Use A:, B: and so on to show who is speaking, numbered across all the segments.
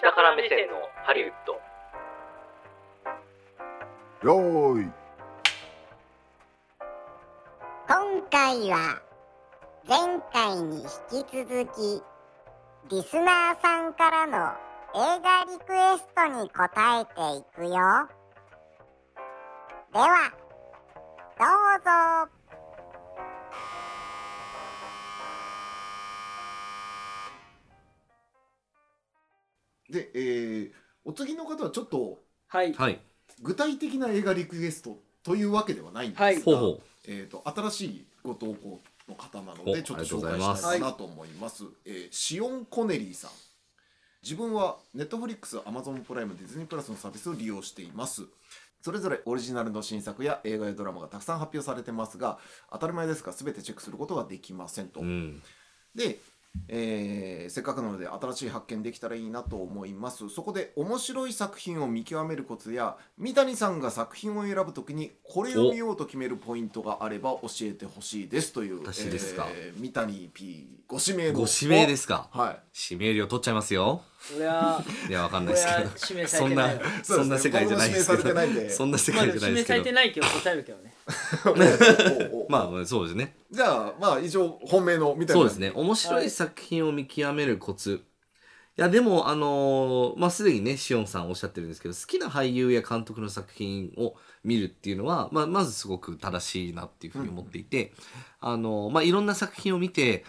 A: 下から目線のハリウッド
B: よーい
C: 今回は前回に引き続きリスナーさんからの映画リクエストに答えていくよではどうぞ
D: で、えーお次の方はちょっと
E: はい。
F: はい。
D: 具体的な映画リクエストというわけではないんですが、
E: はい
F: ほうほ
D: えー、と新しいご投稿の方なの
F: お
D: でちょっと紹介したいなと思います、えーシオン・コネリーさん自分はネットフリックス、アマゾンプライム、ディズニープラスのサービスを利用しています。それぞれオリジナルの新作や映画やドラマがたくさん発表されてますが、当たり前ですが全てチェックすることができませんと。
F: う。うん。
D: で、えーせっかくなので新しい発見できたらいいなと思いますそこで面白い作品を見極めるコツや三谷さんが作品を選ぶときにこれを見ようと決めるポイントがあれば教えてほしいですという
F: 私ですか
D: えー三谷 P ご指名の
F: ご指名ですか。
D: はい
F: 指名料取っちゃいますよ。
E: 俺は、
F: いや、わかん
E: 俺
F: ないで
E: は
F: すけ
E: 指名
F: ど。
E: され
F: そ
E: て
F: ん
E: な。、
F: ないそんな世界じゃないです
D: 僕も指名さ
F: け
D: れてないん
F: ど。
D: で
F: そんな世
E: まあ、
F: 界じゃな
E: 指
F: いで
E: 名
F: す
E: され
F: けど
E: て。ないけど答えるけどね。
D: おうおう
F: まあまあ、そうですね。
D: じゃあまあ以上本命の三谷
F: そうですね。面白い作品を見極めるコツ。いや、でも、あのーまあ、すでにね、シオンさんおっしゃってるんですけど、好きな俳優や監督の作品を見るっていうのは、まあ、まずすごく正しいなっていうふうに思っていて、あのーまあ、いろんな作品を見て、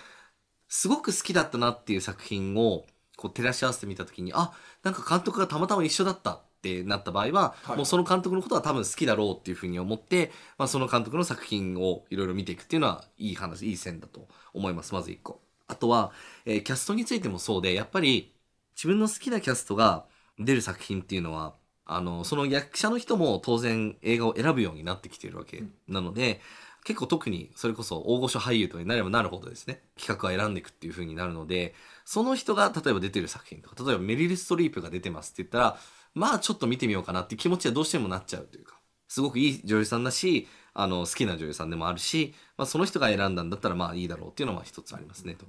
F: すごく好きだったなっていう作品を、こう、照らし合わせてみたときに、あ、なんか監督がたまたま一緒だったってなった場合は、
D: はい
F: もうその監督のことは多分好きだろうっていうふうに思って、まあ、その監督の作品をいろいろ見ていくっていうのはいい話、いい線だと思います。まず一個。あとは、えーキャストについてもそうで、やっぱり自分の好きなキャストが出る作品っていうのは、あの、その役者の人も当然映画を選ぶようになってきているわけなので、結構特にそれこそ大御所俳優とかになればなるほどですね、企画は選んでいくっていう風になるので、その人が例えば出てる作品とか、例えばメリル・ストリープが出てますって言ったら、まあちょっと見てみようかなって気持ちはどうしてもなっちゃうというか、すごくいい女優さんだし、あの、好きな女優さんでもあるし、まあその人が選んだんだったらまあいいだろうっていうのは一つありますねと。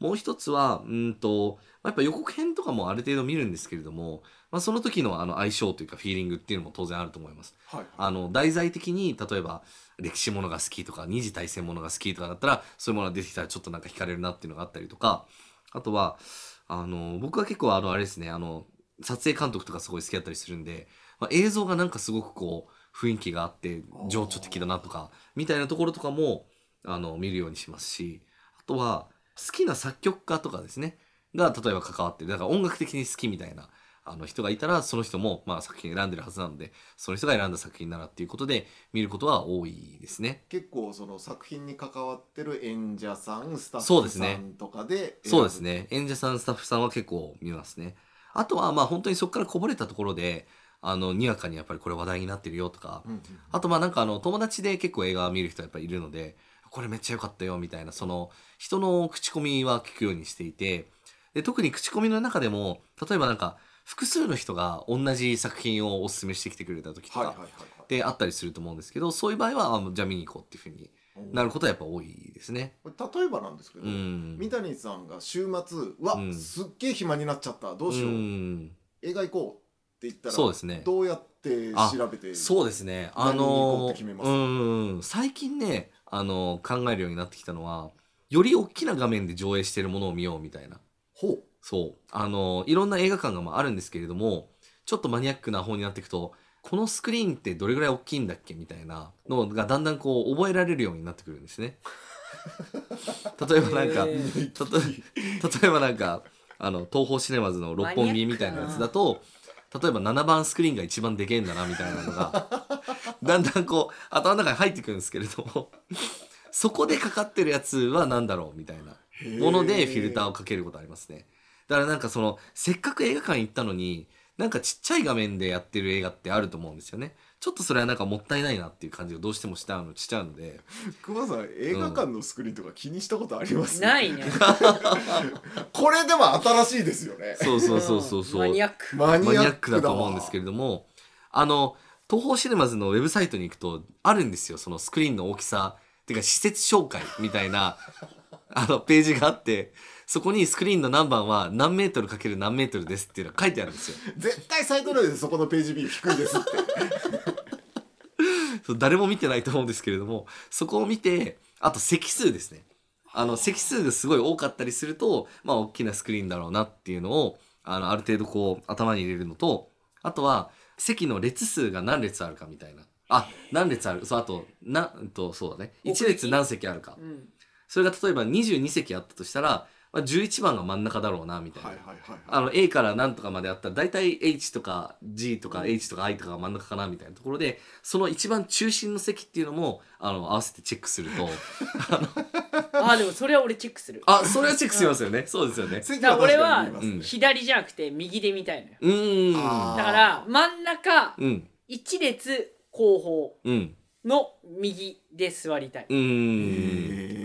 F: もう一つは、うんと、まあやっぱ予告編とかもある程度見るんですけれども、まあその時のあの相性というかフィーリングっていうのも当然あると思います。
D: はい
F: あの、題材的に、例えば、歴史ものが好きとか、二次大戦ものが好きとかだったら、そういうものが出てきたらちょっとなんか惹かれるなっていうのがあったりとか、あとは、あの、僕は結構あの、あれですね、あの、撮影監督とかすごい好きだったりするんで、まあ、映像がなんかすごくこう、雰囲気があって、情緒的だなとか、みたいなところとかも、あの、見るようにしますし、あとは、好きな作曲家とかですね、が、例えば関わってる、だから音楽的に好きみたいな、あの人がいたら、その人も、まあ作品選んでるはずなので、その人が選んだ作品ならっていうことで見ることは多いですね。
D: 結構その作品に関わってる演者さんスタッ
F: そうで
D: フ
F: す
D: さ
F: ね
D: んとかで
F: そうですね。演者さん、スタッフさんは結構見ますね。あとは、まあ本当にそこからこぼれたところで、あの、にわかにやっぱりこれ話題になってるよとか、
D: うんうん
F: あとまあなんかあの友達で結構映画見る人やっぱいるので、これめっちゃ良かったよみたいな、その人の口コミは聞くようにしていて、で特に口コミの中でも、例えばなんか複数の人が同じ作品をおすすめしてきてくれた時と
D: はい
F: か、
D: はいはいはい
F: であったりすると思うんですけどそういう場合はあじゃあ見に行こうっていうふうになることはやっぱ多いですね。
D: これ例えばなんですけど、
F: うん
D: 三谷さんが週末「うわ、
F: うん
D: すっげえ暇になっちゃったどうしよう、
F: うん
D: 映画行こう」って言ったら
F: そうですね
D: どうやって調べて
F: そうですねあ
D: 何に行こうっ
F: の
D: て決めます
F: うん最近ねあの考えるようになってきたのはより大きな画面で上映してるものを見ようみたいな
D: ほう
F: そうあのいろんな映画館がまああるんですけれどもちょっとマニアックな方になっていくとこのスクリーンってどれぐらい大きいんだっけみたいなのがだんだんこう覚えられるようになってくるんで すね。例えばなんか、
E: えー
F: たと例えばなんかあの東宝シネマズの六本木みたいなやつだと例えば7番スクリーンが一番でけえんだなみたいなのが だんだんこう頭の中に入ってくるんですけれどもそこでかかってるやつは何だろうみたいなものでフィルターをかけることありますね。だからなんかそのせっかく映画館行ったのになんかちっちゃい画面でやってる映画ってあると思うんですよね。ちょっとそれはなんかもったいないなっていう感じがどうしてもしたのしちゃうので。
D: 熊さん映画館のスクリーンとか気にしたことあります、
E: ないね。
D: これでも新しいですよね
F: そうそうそうそうそう。
E: マニアック。
D: マニ
F: マニ
D: ア
F: ア
D: ッ
F: ッ
D: ク
F: ク
D: だ
F: だと思うんですけれどもあの東宝シネマズのウェブサイトに行くとあるんですよそのス クリーンの大きさっていうか施設紹介みたいなあのページがあってそこにスクリーンの何番は何メートルかける何メートルですっていうのが書いてあるんですよ。
D: 絶対サイト内でそこのページビュー低い ですって
F: そう誰も見てないと思うんですけれどもそこを見てあと席数ですねあの席数がすごい多かったりするとまあ大きなスクリーンだろうなっていうのをあのある程度こう頭に入れるのとあとは席の列数が何列あるかみたいなあ何列あるそうあとなうんとそうだね1列何席あるか
D: うん
F: それが例えば22席あったとしたら、まあ、11番が真ん中だろうなみたいな、
D: はいはいはい
F: あ
D: は
F: の A から何とかまであったら大体 H とか G とか H とか I とかが真ん中かなみたいなところでその一番中心の席っていうのもあの合わせてチェックする と
B: あーでもそれは俺チェックする
F: あそれはチェックしますよねそうですよね
D: い次
B: だから俺は
D: 確かに言いますね
B: 左じゃなくて右で見たいのよ
F: うーん
D: あ
B: だから真ん中
F: うん
B: 一列後方
F: うん
B: の右で座りたいう
F: ー
D: へ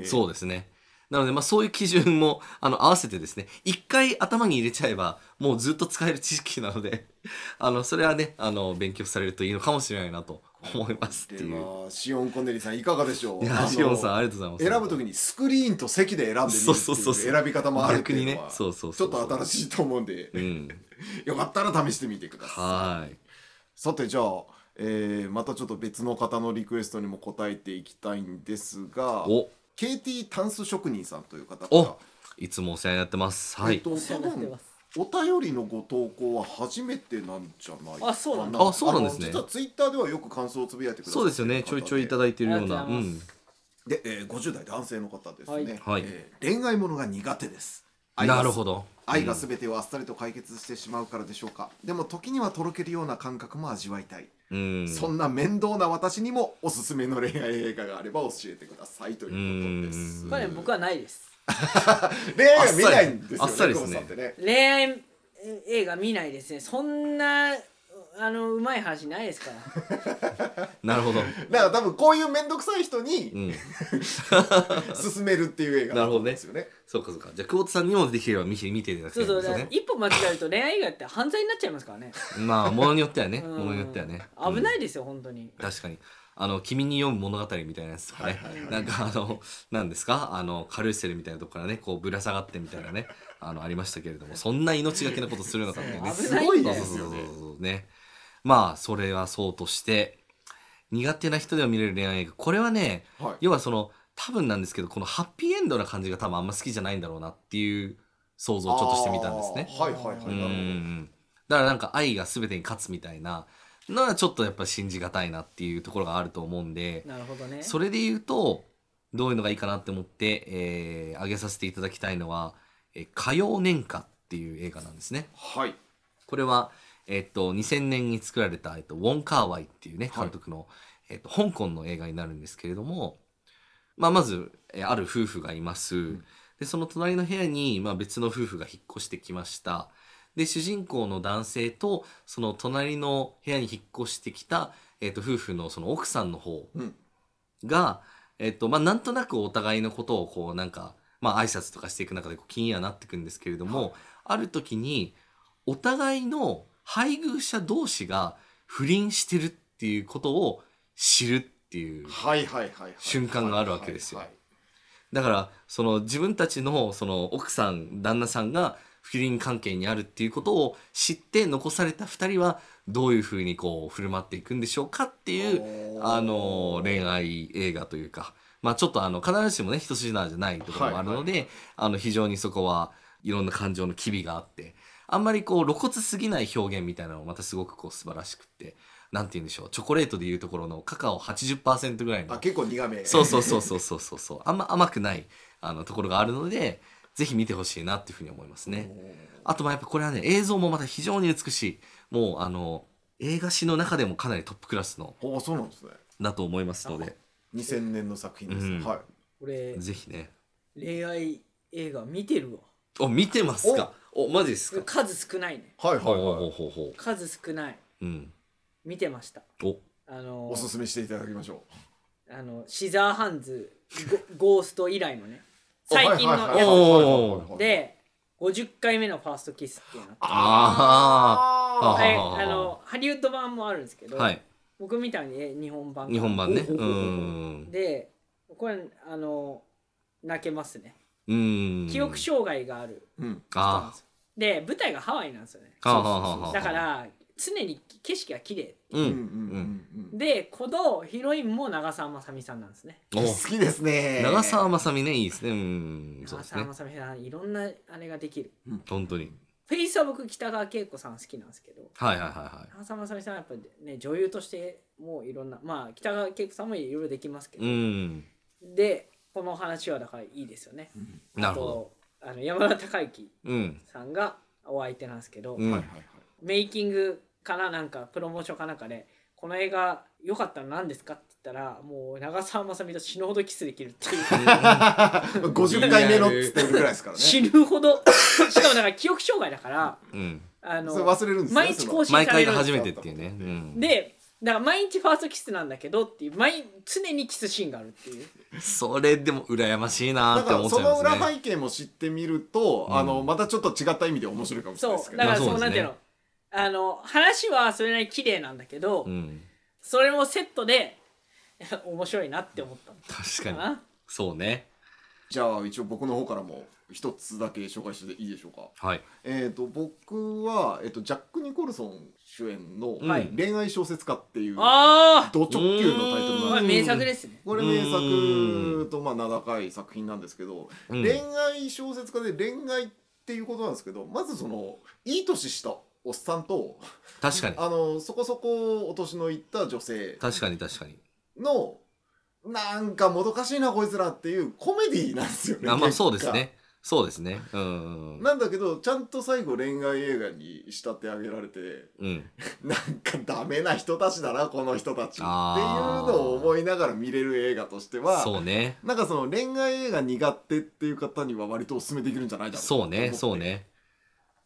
D: ー
F: んそうですねなのでまあそういう基準もあの合わせてですね一回頭に入れちゃえばもうずっと使える知識なので あのそれはねあの勉強されるといいのかもしれないなと思いますっ
D: で
F: ていう。
D: はシオンコネリさんいかがでしょう
F: い
D: あ
F: や
D: の
F: シオンさんありがとうございます。
D: 選ぶときにスクリーンと席で選んでみるって
F: そうそうそう
D: い
F: そう
D: う選び方もあるって
F: 逆
D: い
F: に
D: うの
F: ね
D: はちょ
F: そうそうそ
D: っ
F: うそう
D: と新しいと思うんで
F: うん
D: よかったら試してみてください
F: はい
D: さてじゃあ、えーまたちょっと別の方のリクエストにも答えていきたいんですが
F: お
D: KT タンス職人さんという方から
F: おいつもお世話になってますは
D: えっ
F: い
D: と
B: お世話になってます
D: 多分お便りのご投稿は初めてなんじゃないかな
B: あそうなん
F: だあそうなんですね
D: あの実はツイッターではよく感想をつぶやいてくださ
F: そうですよねちょいちょいいた
D: だ
F: だいてるよう
B: あ
F: なう
B: りがとうござい
F: ん
B: ま
D: で、えー、50代男性の方ですね、
F: はいはい
D: えー恋愛ものが苦手です
F: なるほ
D: ど
F: ど
D: 愛が全てをあっさりと解決してしまうからでしょうか、でも時にはとろけるような感覚も味わいたい、
F: うん
D: そんな面倒な私にもおすすめの恋愛映画があれば教えてくださいということです
F: うん
B: これね僕はないです
D: 恋愛は見ないんですよね
F: あっさりですね
D: 久保さんってね
B: 恋愛映画見ないですねそんなあのうまい話ないですから
F: なるほど
D: だから多分こういう面倒くさい人
F: う
D: に
F: ん
D: 勧めるっていう映画
F: なるほど
D: な
F: ね
D: んですよね
F: そうかそうかじゃあ久保田さんにもできれば見て見ていただきた
B: そ
F: いうで
B: そう
F: す
B: だ
F: よ
B: から
F: ね
B: 一歩間違えると恋愛映画って犯罪になっちゃいますからね
F: まあものによってはね
B: うん
F: ものによってはね
B: 危ないいですよ本当に
F: 確かにあの君に読む物語みたいなやつとかね
D: はいはいはい
F: なんかあのなんですかあのカルーセルみたいなとこからねこうぶら下がってみたいなねあのありましたけれどもそんな命がけなことするのかっていうね
B: そう
D: すごい
F: そ
D: で
F: うそう
D: す
F: そう
D: よね
F: そうそうね。まあそれはそうとして苦手な人でも見れる恋愛映画これはね
D: はい
F: 要はその多分なんですけどこのハッピーエンドな感じが多分あんま好きじゃないんだろうなっていう想像をちょっとしてみたんですね。
D: あーはいはいはい
F: うんう
D: なる
F: んう
D: ほど
F: んだからなんか愛が全てに勝つみたいなのはちょっとやっぱ信じがたいなっていうところがあると思うんで
B: なるほどね
F: それで言うとどういうのがいいかなって思って、えー、挙げさせていただきたいのは「えー火曜年歌」っていう映画なんですね。
D: はい
F: これは、えっと、2000年に作られた、えっと、ウォン・カーワイっていうね
D: はい
F: 監督の、えっと、香港の映画になるんですけれども、まあ、まず、えある夫婦がいます、
D: ん
F: でその隣の部屋に、まあ、別の夫婦が引っ越してきましたで主人公の男性とその隣の部屋に引っ越してきた、えっと、夫婦のその奥さんの方
D: うん
F: が、えっとまあ、なんとなくお互いのことをこうなんか、まあ挨拶とかしていく中でこう気にはなっていくんですけれども、ある時にお互いの配偶者同士が不倫してるっていうことを知るっていう
D: はいはいはいはい
F: 瞬間があるわけですよ
D: はい
F: だからその自分たちのその奥さん旦那さんが不倫関係にあるっていうことを知って残された2人はどういうふうにこう振る舞っていくんでしょうかって
D: はい
F: いう
D: おー
F: あの恋愛映画というか、まあ、ちょっとあの必ずしもね一筋縄じゃないところもあるので、あの非常にそこはいろんな感情の機微があってあんまりこう露骨すぎない表現みたいなのもまたすごくこう素晴らしくってなんて言うんでしょうチョコレートでいうところのカカオ80%ぐらい
D: あ
F: の
D: 結構苦め
F: そうそうそうそうそうそうそうあんま甘くないあのところがあるのでぜひ見てほしいなっていうふうに思いますね。あとまあやっぱこれはね映像もまた非常に美しいもうあの映画史の中でもかなりトップクラスの
D: おーそうなんですね
F: だと思いますので。
D: 2000年の作品ですね、
F: うん
D: はい
B: 俺
F: ぜひね。
B: 恋愛映画見てるわ
F: お、見てますか。お、マジですか。
B: 数少ないね
D: はい
F: ほう
D: はい
F: ほう
D: は
F: ほ
D: いう
F: ほうほ。
B: 数少ないう
F: うん。
B: 見てました
F: お、
B: あの
D: おすすめしていただきましょ
B: あのシザーハンズゴ ゴースト以来のね
D: う
B: 最近の
D: はい
B: やつ
D: はいはいはいはいはい
B: で50回目のファーストキスっていうのあ
F: あー
B: って
F: は
B: はい
F: いあー
B: あのハリウッド版もあるんですけど、
F: はい。
B: 僕みたいにえ日本版か
F: 日本版ね。う。
D: ほうほうほうほうん
B: でこれあの泣けますね
F: うん
B: 記憶障害がある
D: うん
B: 人なん
F: あ
B: ですよで舞台がハワイなんですよね
F: ああああああ
B: だから常に景色が綺麗
F: う
D: うんうん
F: ん
D: うんうん
B: で鼓動ヒロインも長澤まさみさんなんですね
F: お
D: 好きですね
F: 長澤まさみねいいですねうんそう
B: 長
F: ですね
B: 澤まさみさんいろんなあれができる
F: 本当に
B: フェイスは僕北川景子さん好きなんですけど
F: はいはいは
B: 長澤まさみさんはやっぱりね女優としてもういろんなまあ北川景子さんもいろいろできますけ
F: いは
B: ど、
F: いうん
B: でこの話はだからいいですよね。
F: なるほど
B: あとあの山田孝之
F: うん
B: さんがお相手なんですけど、
F: うん
D: はいはいはい
B: メイキングからなんかプロモーションかなんかで「この映画良かったら何ですか?」って言ったらもう長澤まさみと死ぬほどキスできるって いう
D: 50回目のっつってるぐらいですからね
B: 死ぬほどしかもだから記憶障害だから
F: うん
B: あ
D: それ
B: の
D: 忘れるんですね
B: 毎日更新される
F: 毎回が初めてっていうねうん
B: でだから毎日ファーストキスなんだけどっていう毎常にキスシーンがあるっていう
F: それでも羨ましい
D: そ
F: な
D: の
F: ー
D: だ
F: っ
D: から
F: て思っち
D: そ
F: ゃいま
D: の
F: す
D: 裏
F: ね
D: 背景も知ってみると、
F: うん
D: あのまたちょっと違った意味で面白いかもしれない
B: そ
D: ですけ
B: う
D: ど
B: だから
F: まあ
B: そ
F: そううですね
B: なんていうのあの話はそれなりに綺麗なんだけど、
F: うん
B: それもセットで 面白いなって思ったの
F: 確
B: か
F: かに
B: な
F: そうね
D: じゃあ一応僕の方からも一つだけ紹介していいでしょうか
F: はい
D: えー、と僕は、えー、とジャック・ニコルソン主演の
F: はい
D: 「恋愛小説家」っていう、
B: あ
D: ド直球のタイトル
B: あ、
D: な
B: まあ、
D: んで
B: 名
D: す
B: 作ですね
D: これ名作とまあ名高い作品なんですけど、
F: うん
D: 恋愛小説家で恋愛っていうことなんですけどまずそのいい年したおっさんと
F: 確かに
D: あのそこそこお年のいった女性
F: 確かに確かに
D: のなんかもどかしいなこいつらっていうコメディなんですよね。
F: あまあ
D: 結果
F: そうですねそうですねうん
D: なんだけどちゃんと最後恋愛映画に仕立て上げられて
F: うん
D: なんかダメな人たちだなこの人たちっていう
F: あー
D: のを思いながら見れる映画としては
F: そうね
D: なんかその恋愛映画苦手っていう方には割とお勧めできるんじゃないだろ
F: そう
D: と思っ
F: ね
D: て
F: そうね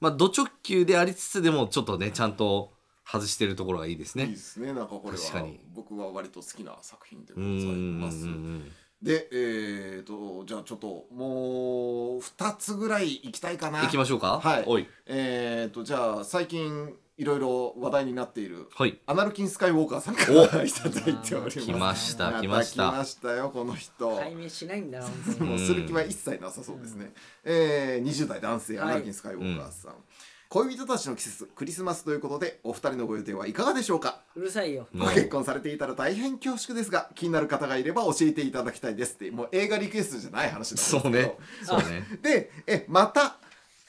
F: まあド直球でありつつでもちょっとねちゃんと外してるところがいいです
D: いい
F: ね
D: ですねなんかこれ
F: 確か
D: は
F: に
D: 僕は割と好きな作品でご
F: う
D: ざい
F: んうんう
D: ます
F: ん
D: でえー、とじゃあちょっともう2つぐらい行きたいかな
F: 行きましょうか
D: はい
F: おい
D: えー、とじゃあ最近いろいろ話題になっている
F: はい
D: アナルキン・スカイウォーカーさんからいただいております
F: 来ました来
D: 来
F: ま
D: ま
F: し
D: した来
F: た
D: ましたよこの人、
B: 解明しないんだな本当に
D: もうする気は一切なさそうですね、えー、20代男性
B: は
D: ア
B: い
D: ナキン・スカイウォーカーさん、恋人たちの季節クリスマスということでお二人のご予定はいかがでしょうか
B: うるさいよ
F: うん
D: ご結婚されていたら大変恐縮ですが気になる方がいれば教えていただきたいですってもう映画リクエストじゃない話なんですけど
F: そうねそうね
D: でえまた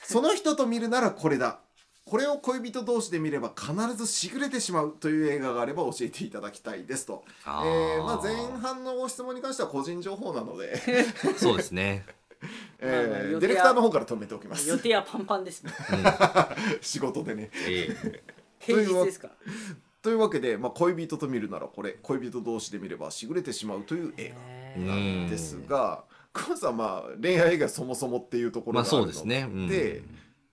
D: その人と見るならこれだこれを恋人同士で見れば必ずしぐれてしまうという映画があれば教えていただきたいですと、 え
F: あー
D: ーまあ、前半のご質問に関しては個人情報なので、
F: そうです ね
B: まあ
D: え
B: まあ
D: ーディレクターの方から止めておきます
B: 予定はパンパン ですもん
D: 仕事でね。
F: ええ
B: 平日ですから
D: というわけで、まあ、恋人と見るならこれ恋人同士で見ればしぐれてしまうという映
B: ね
F: う
D: 画
B: え
D: なんですが久保さんまあ恋愛映画そもそもっていうところ
F: ま
D: が
F: あ
D: あるの
F: そうですねうん
D: で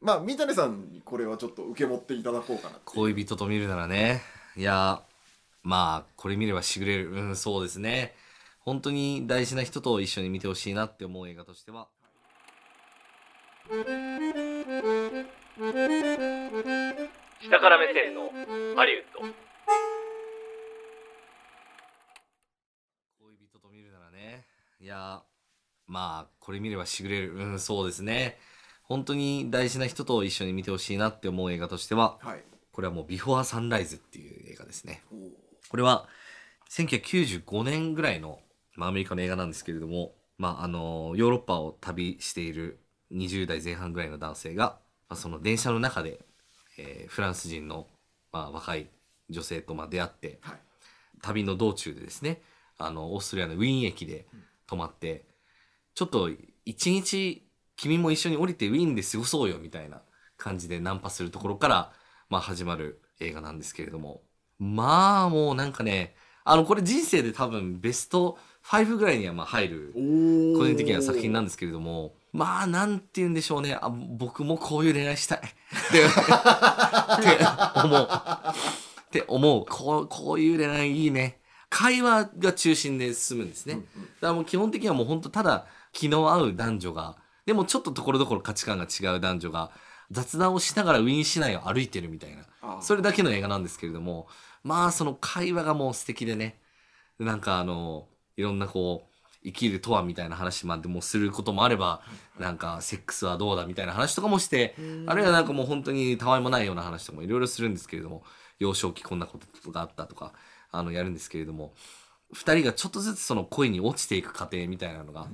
D: まあ三谷さんにこれはちょっと受け持っていただこうかな
F: 恋人と見るならねいやまあこれ見ればしぐれるうんそうですね本当に大事な人と一緒に見てほしいなって思う映画としては
A: 下から目線のハリウッド
F: 恋人と見るならねいやまあこれ見ればしぐれるうんそうですね本当に大事な人と一緒に見てほしいなって思う映画としては
D: はい
F: これはもう「ビフォーサンライズ」っていう映画ですねこれは1995年ぐらいの、まあ、アメリカの映画なんですけれども、まあ、あのヨーロッパを旅している20代前半ぐらいの男性が、まあ、その電車の中で、えーフランス人の、まあ、若い女性とまあ出会って
D: はい
F: 旅の道中でですねあのオーストリアのウィーン駅で泊まって、ちょっと一日君も一緒に降りてウィーンで過ごそうよみたいな感じでナンパするところから、まあ、始まる映画なんですけれどもまあもうなんかねあのこれ人生で多分ベスト5ぐらいにはまあ入る個
D: 個
F: 人的には作品なんんですけれどもまあなんて言うんでしょうねあ僕もこういう恋愛したいってって思うって思うこうこういう恋愛いいね会話が中心で進むんですね、だからもう基本的にはもう本当ただ気の合う男女がでもちょっとところどころ価値観が違う男女が雑談をしながらウィーン市内を歩いてるみたいなそれだけの映画なんですけれどもまあその会話がもう素敵でねなんかあのいろんなこう生きるとはみたいな話までもすることもあればなんかセックスはどうだみたいな話とかもしてあるいはなんかもう本当にたわいもないような話とかもいろいろするんですけれども幼少期こんなことがあったとかあのやるんですけれども2人がちょっとずつその恋に落ちていく過程みたいなのが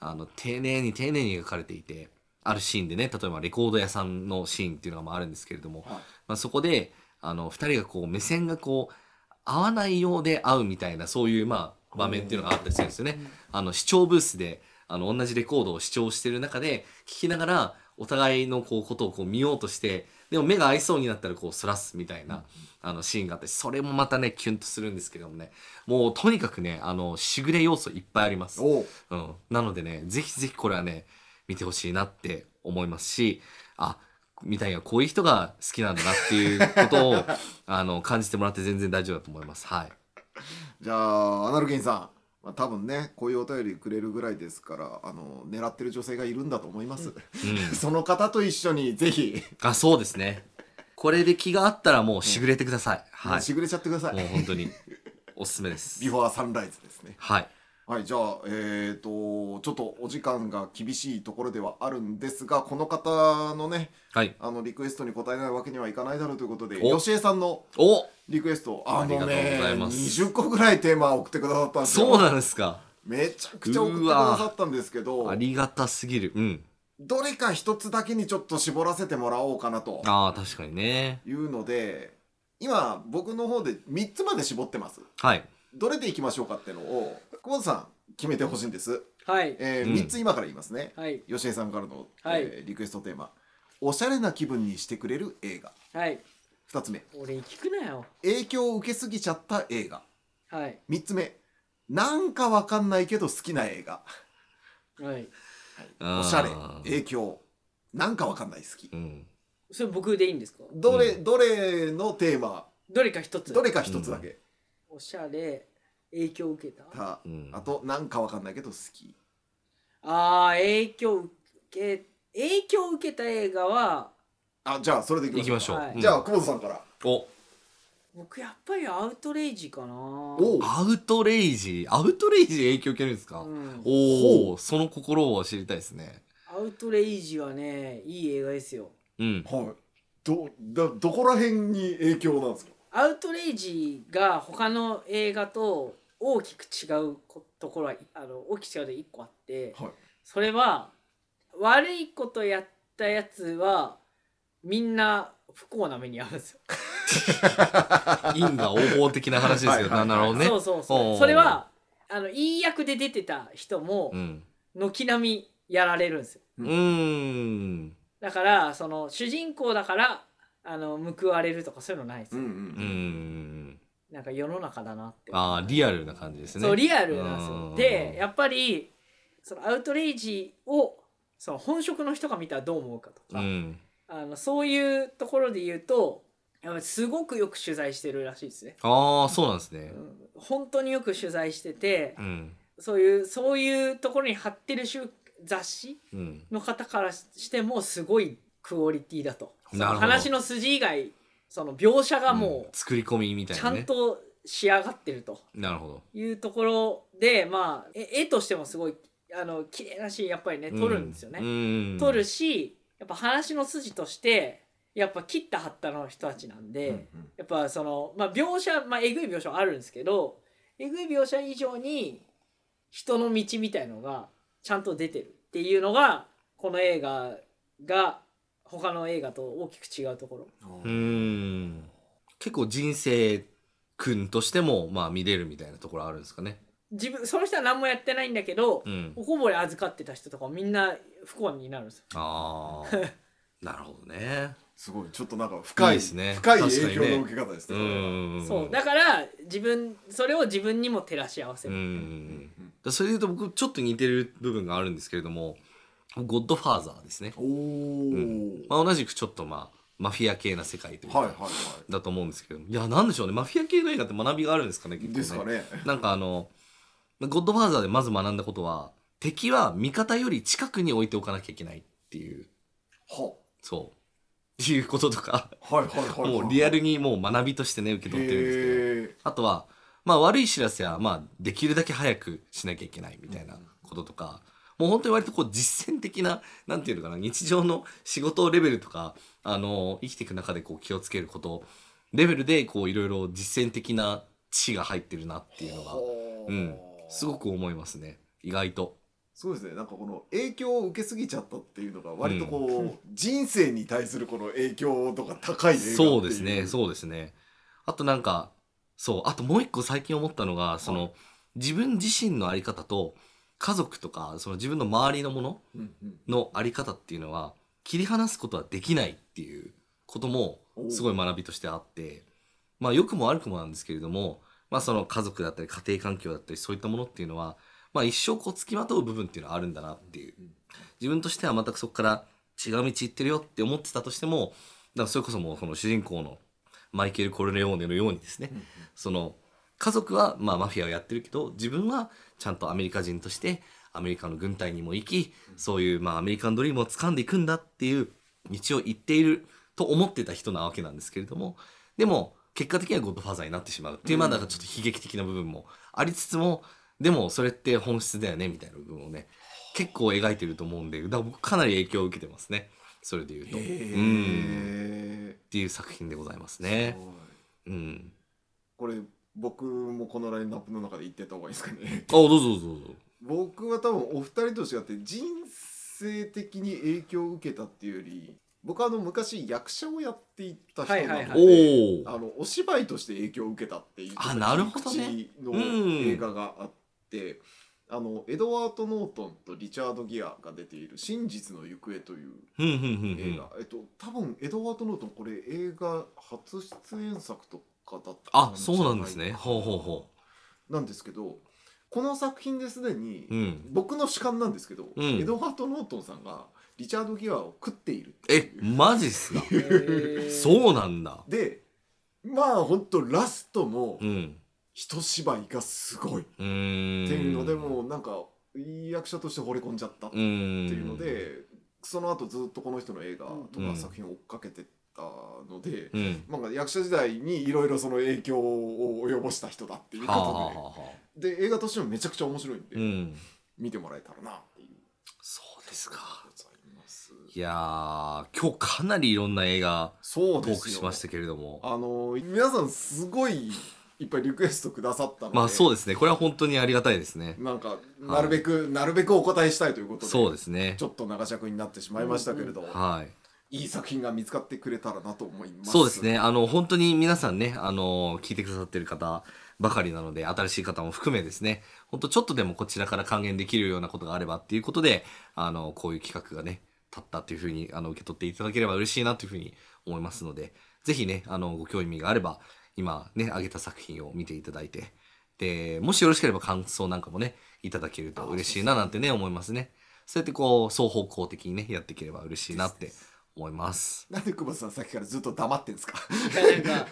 F: あの丁寧に丁寧に描かれていてあるシーンでね例えばレコード屋さんのシーンっていうのがまああるんですけれども、
D: はい
F: まあ、そこであの2人がこう目線がこう合わないようで合うみたいなそういうまあ場面っていうのがあったりするんですよね。あの視聴ブースであの同じレコードを視聴してる中で聞きながらお互いのこうことをこう見ようとしてでも目が合いそうになったらこうそらすみたいな、あのシーンがあってそれもまたねキュンとするんですけどもねもうとにかくねあのしぐれ要素いっぱいあります。
D: おう
F: うん、なのでねぜひぜひこれはね見てほしいなって思いますしあみたいなこういう人が好きなんだなっていうこ とをあの感じてもらって全然大丈夫だと思います。はい、
D: じゃあアナルゲインさん、まあ、多分ねこういうお便りくれるぐらいですからあの狙ってる女性がいるんだと思います、
F: う ん、
D: その方と一緒にぜひ、
F: あそうですねこれで気があったらもうしぐれてください。は
D: し
F: い、
D: ぐれちゃってくださ
F: もう
D: い
F: 本当におすすめです
D: ビ。フォーサンライズですね
F: はい
D: はいじゃあえっ、とちょっとお時間が厳しいところではあるんですがこの方のね
F: はい
D: あのリクエストに応えないわけにはいかないだろうということで
F: お
D: 吉江さんの
F: お
D: リクエストあ
F: あり
D: の
F: がとうご
D: ね
F: ざいます
D: 20個ぐらいテーマ送ってくださったんですよ
F: そうなんですか
D: めちゃくちゃ送ってくださったんですけど
F: ありがたすぎるうん
D: どれか一つだけにちょっと絞らせてもらおうかなと
F: ああ確かにね
D: いうので今僕の方で3つまで絞ってます
F: はい
D: どれでいきましょうかっていうのを久保田さん決めてほしいんです、
B: はい
D: えー
F: うん
D: 3つ今から言いますね、
B: はい
D: 吉江さんからの、
B: はい
D: えーリクエストテーマ「おしゃれな気分にしてくれる映画
B: はい」
D: 2つ目
B: 俺に聞くなよ
D: 「影響を受けすぎちゃった映画
B: はい」
D: 3つ目「なんかわかんないけど好きな映画」
B: はい
F: あー
D: おしゃれ影響なんかわかんない好き
F: うん
B: それ僕でいいんですか
D: どれ、
F: う
D: どれのテーマ
B: どれか一つ
D: どれか一つだけ、
B: おしゃれ影響を受けた
D: た
F: うん
D: あとなんかわかんないけど好き
B: あー影響受け影響を受けた映画は
D: あじゃあそれでい
F: 行
D: き
F: き
D: ま
F: ま
D: し
F: し
D: ょう
F: ょう、
B: はい
F: うん
D: じゃあ久保田さんから
F: お
B: 僕やっぱりアウトレイジかな
D: おう
F: アウトレイジアウトレイジ影響受けるんですか、
B: うん
F: おおその心を知りたいですね
B: アウトレイジはねいい映画ですよ
F: うん
D: はいどだどこら辺に影響なんですか
B: アウトレイジが他の映画と大きく違うこところはあの大きく違うで1個あって、
D: はい
B: それは悪いことやったやつはみんな不幸な目に遭うんですよ。
F: 因果応報的な話ですけど
D: はいはいはい
F: なるほどね
B: そうそう
F: おうおう
B: そ
F: お
B: う。
F: う
B: それはあのいい役で出てた人も
F: うん
B: 軒並みやられるんですよ。
F: うーん
B: だからその主人公だからあの報われるとかそういうのないですよ。
F: うーん
B: なんか世の中だなって。
F: ああリアルな感じですね
B: そうリアルなんです
F: うん
B: よ。でやっぱりそのアウトレイジをその本職の人が見たらどう思うかと
F: う
B: か、
F: ん
B: あのそういうところで言うとやっぱりすごくよく取材してるらしいですね。
F: ああそうなんですね
B: うん本当によく取材してて
F: うん
B: そういうそういうところに貼ってる集雑誌
F: うん
B: の方からしてもすごいクオリティだと。その
F: なるほど
B: 話の筋以外その描写が
F: ん
B: も
F: 作り込みみ
B: う
F: たい
B: ち
F: な
B: ゃ
F: ね
B: んと仕上がってると。
F: なるほど
B: いうところでまあえ絵としてもすごいあの綺麗なシーンやっぱりね撮るんですよね、
F: ううん
B: 撮るしやっぱ話の筋としてやっぱ切った貼ったの人たちなんで、やっぱそのまあ描写まあえぐい描写はあるんですけどえぐい描写以上に人の道みたいのがちゃんと出てるっていうのがこの映画が他の映画と大きく違うところ
F: うーん結構人生君としてもまあ見れるみたいなところあるんですかね
B: 自分その人は何もやってないんだけど、
F: うん
B: おこぼれ預かってた人とかみんな不幸になるんですよ
F: ああなるほど ね
D: すごいちょっとなんか深い
F: いいですね
D: 深い
F: 確か
D: 影
F: にね
D: 響の受け方です
F: う
D: ね
F: ん
B: そうだから自分それを自分にも照らし合わせ
F: う
B: る、
F: んだそれで言うと僕ちょっと似てる部分があるんですけれども「ゴッドファーザー」ですね、
D: おおー、
F: まあ、同じくちょっとまあマフィア系な世界というか、
D: はいはいは
F: だと思うんですけどいやなんでしょうねマフィア系の映画って学びがあるんですかね結
D: い
F: 構
D: ですかね
F: なんかあの「ゴッドファーザー」でまず学んだことは敵は味方より近くに置いておかなきゃいけないっていう
D: は
F: そうっていうこととか
D: はいはいはいはい
F: もうリアルにもう学びとしてね受け取ってるんですけど
D: へ
F: あとはまあ悪い知らせは、まあできるだけ早くしなきゃいけないみたいなこととか、もう本当に割とこう実践的な、なんていうのかな、日常の仕事レベルとか、あの、生きていく中でこう気をつけること、レベルでこういろいろ実践的な知が入ってるなっていうのが、うん、すごく思いますね。意外と。
D: そうですねなんかこの影響を受けすぎちゃったっていうのが割とこう、人生に対するこの影響度が高い映画っていう
F: そうですねそうですねあとなんかそうあともう一個最近思ったのがその、自分自身の在り方と家族とかその自分の周りのもの
D: うんうん
F: の在り方っていうのは切り離すことはできないっていうことも
D: おう
F: すごい学びとしてあってまあ良くも悪くもなんですけれどもまあその家族だったり家庭環境だったりそういったものっていうのはまあ一生こう付きまとう部分っていうのはあるんだなっていう自分としては全くそこから違う道行ってるよって思ってたとしてもだからそれこそもうこの主人公のマイケル・コルレオーネのようにですね、その家族はまあマフィアをやってるけど自分はちゃんとアメリカ人としてアメリカの軍隊にも行きそういうまあアメリカンドリームを掴んでいくんだっていう道を行っていると思ってた人なわけなんですけれどもでも結果的にはゴッドファーザーになってしまうっていうまあなんかちょっと悲劇的な部分もありつつもでもそれって本質だよねみたいな部分をね結構描いてると思うんでだから僕かなり影響を受けてますねそれで言うと。うん
D: へ
F: っていう作品でございます
D: え
F: ね。うん。
D: これ僕もこのラインナップの中で言ってた方がいいですかね
F: あどうぞどうぞどうぞ。
D: 僕は多分お二人と違って人生的に影響を受けたっていうより僕はあの昔役者をやっていた人なので、
B: はいはいは
F: お
D: あのお芝居として影響を受けたっていう
F: あなるほどね
D: 切り口の
F: うん
D: 映画があって、あのエドワード・ノートンとリチャード・ギアが出ている「真実の行方」という
F: ふんふんふんふ
D: 映
F: ん
D: 画、。えっと、多分エドワード・ノートンこれ映画初出演作とかだった
F: あそうなんですね。ほうほうほ
D: うなんですけどこの作品ですでに、
F: う。うん。
D: 僕の主観なんですけど、
F: うん
D: エドワード・ノートンさんがリチャード・ギアを食っているって
F: え
D: いう
F: マジっ すか。
B: へー
F: そうなんだ。
D: でまあ本当ラストの
F: うん。
D: 一芝居がすごいっ
F: うーん。
D: ていうので、もうなんかいい役者として惚れ込んじゃったって
F: うーん。
D: いうので、その後ずっとこの人の映画と
F: う
D: か
F: ん
D: 作品を追っかけてたので。
F: うん。
D: まあ、役者時代にいろいろその影響を及ぼした人だっていう
F: はあはあは
D: こ
F: あはあ。
D: とでで映画としてもめちゃくちゃ面白いんで、
F: うん。
D: 見てもらえたらなっていう
F: そうですか
D: ご。ざいます
F: いやー今日かなりいろんな映画
D: そ
F: ト
D: うで
F: ー
D: す
F: ク
D: よ
F: しましたけれども。
D: あの皆さんすごいいっぱいリクエストくださったので、
F: まあそう
D: う
F: ですね。これは本当にありがたいですね。
D: なんかなるべく、なるべくお答えしたいということで
F: そうですね
D: ち。ょっと長尺になってしまいましたけれど、
F: はい。
D: いい作品が見つかってくれたらなと思います
F: そうですね。あの、本当に皆さんね、あの、聞いてくださってる方ばかりなので、新しい方も含めですね、本当ちょっとでもこちらから還元できるようなことがあればっていうことで、あの、こういう企画がね、立ったというふうに、あの、受け取っていただければ嬉しいなというふうに思いますので、ぜひね、あの、ご興味があれば、今ね、挙げた作品を見ていただいて、で、もしよろしければ感想なんかもね、いただけると嬉しいななんてね、思いますね。そうやってこう、双方向的にね、やっていければ嬉しいなって思 います。
D: なんで久保田さんさっきからずっと黙ってんですか
B: いやなんか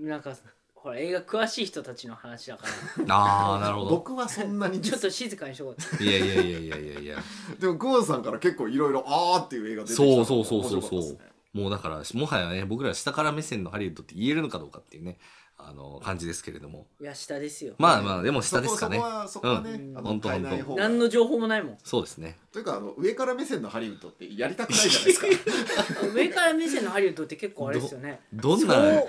B: なんかほら映画詳しい人たちの話 だか
F: ああ、なるほど。
D: 僕はそんなに
B: ら
D: で
B: ちょ
D: す
B: っと静かにしとこう
F: いやいやいやいやいやいや。
D: でも久保田さんから結構いろいろあーっていう映画出てきたの
F: そ
D: が
F: うそうそうそう
D: 面白か
F: そ
D: っ
F: う、
D: たですね
F: もうだから、もはやね、僕ら下から目線のハリウッドって言えるのかどうかっていうね、あの、感じですけれども。
B: いや下ですよ、
F: まあまあ、でも下ですかね
D: そこ。はそこはね、
B: うん
D: あ
F: ほ
D: の
F: んと
D: 変え
F: ほんと
D: ない方が
B: 何の情報もないもん
F: そうですね。
D: というかあの上から目線のハリウッドってやりたくないじゃないですか
B: 上から目線のハリウッドって結構あれですよね
F: どんな、ね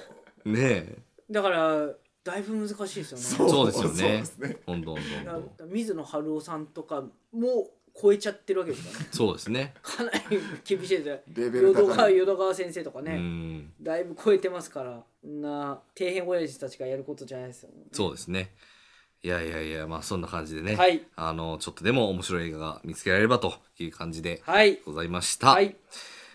F: え、
B: だからだいぶ難しいですよね
F: そうですよね
D: そうですね
F: ほんとほんとほん
B: だ
F: と。
B: から水野晴郎さんとかも超えちゃってるわけです からね
F: そうですね。
B: かなり厳しいですよ
D: レベル
B: 淀
D: 高
B: 川
D: い
B: 淀川先生とか
F: う
B: ね、
F: ん。
B: だいぶ超えてますからそんな底辺親父たちがやることじゃないですよ、ね、
F: そうですね。いやいやいや、まあそんな感じでね、
B: はい
F: あの、ちょっとでも面白い映画が見つけられればという感じで
B: はい
F: ございました。
B: はい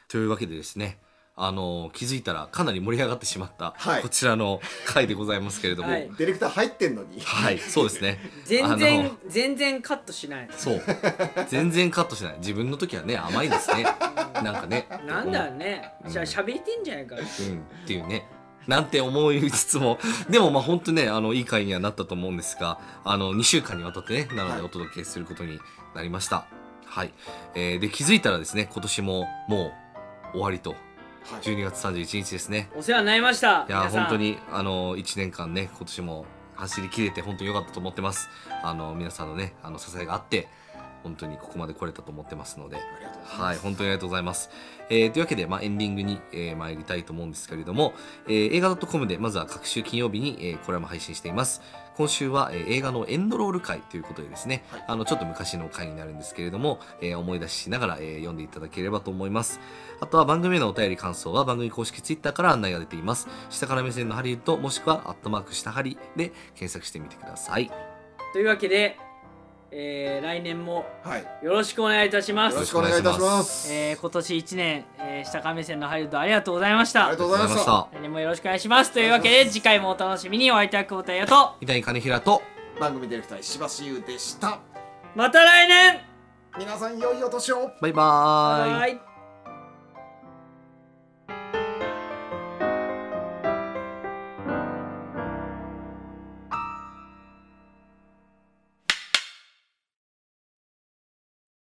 F: というわけでですねあの気づいたらかなり盛り上がってしまった、
D: はい
F: こちらの回でございますけれどもは
B: はいい、
D: ディレクター入ってんのに
F: そうですね
B: 全
F: あ
B: 然
F: の
B: 全然カットしない
F: そう全然カットしない自分の時はね甘いですねなんかね
B: なんだろうね
F: うん
B: じゃあ喋りてんじゃないかな
F: うんっていうねなんて思いつつもでもまあ本当ねあのいい回にはなったと思うんですがあの2週間にわたってねなの
D: はい
F: でお届けすることになりましたはい、えーで気づいたらですね今年ももう終わりと
D: はい
F: 12月31日ですね
B: お世話になりました
F: いや
B: 皆さん
F: 本当にあの1年間ね今年も走り切れて本当に良かったと思ってます。あの、皆さんのね、あの、支えがあって、本当にここまで来れたと思ってますので、
D: ありがとうございます
F: はい、本当にありがとうございます。えーというわけで、まあ、エンディングに、えー参りたいと思うんですけれども、えー映画 .com でまずは各週金曜日に、えーこれも配信しています。今週は、えー映画のエンドロール回ということでですね、
D: はい
F: あのちょっと昔の回になるんですけれども、えー思い出しながら、えー読んでいただければと思います。あとは番組へのお便り感想は番組公式 Twitter から案内が出ています。下から目線のハリウッドもしくはアットマーク下ハリで検索してみてください。
B: というわけで、えー来年も
D: はい、
B: よ
D: よ
B: ろしくお願いいたしま
D: ろ
B: す
D: しくお願いいたします。
B: えー今年1年、えー下目線のハリウッドありがとうございました
D: ありがとうござい
F: ありがとう
D: ま
F: ございま
D: し。
F: したた。
B: 来年もよろしくお願いしますというわけで次回もお楽しみにお相手は久保田優と
F: 三谷金平と
D: 番組ディレクター石橋優でした。
B: また来年
D: 皆さん良いお年を。
F: バイバーイ。
B: バイ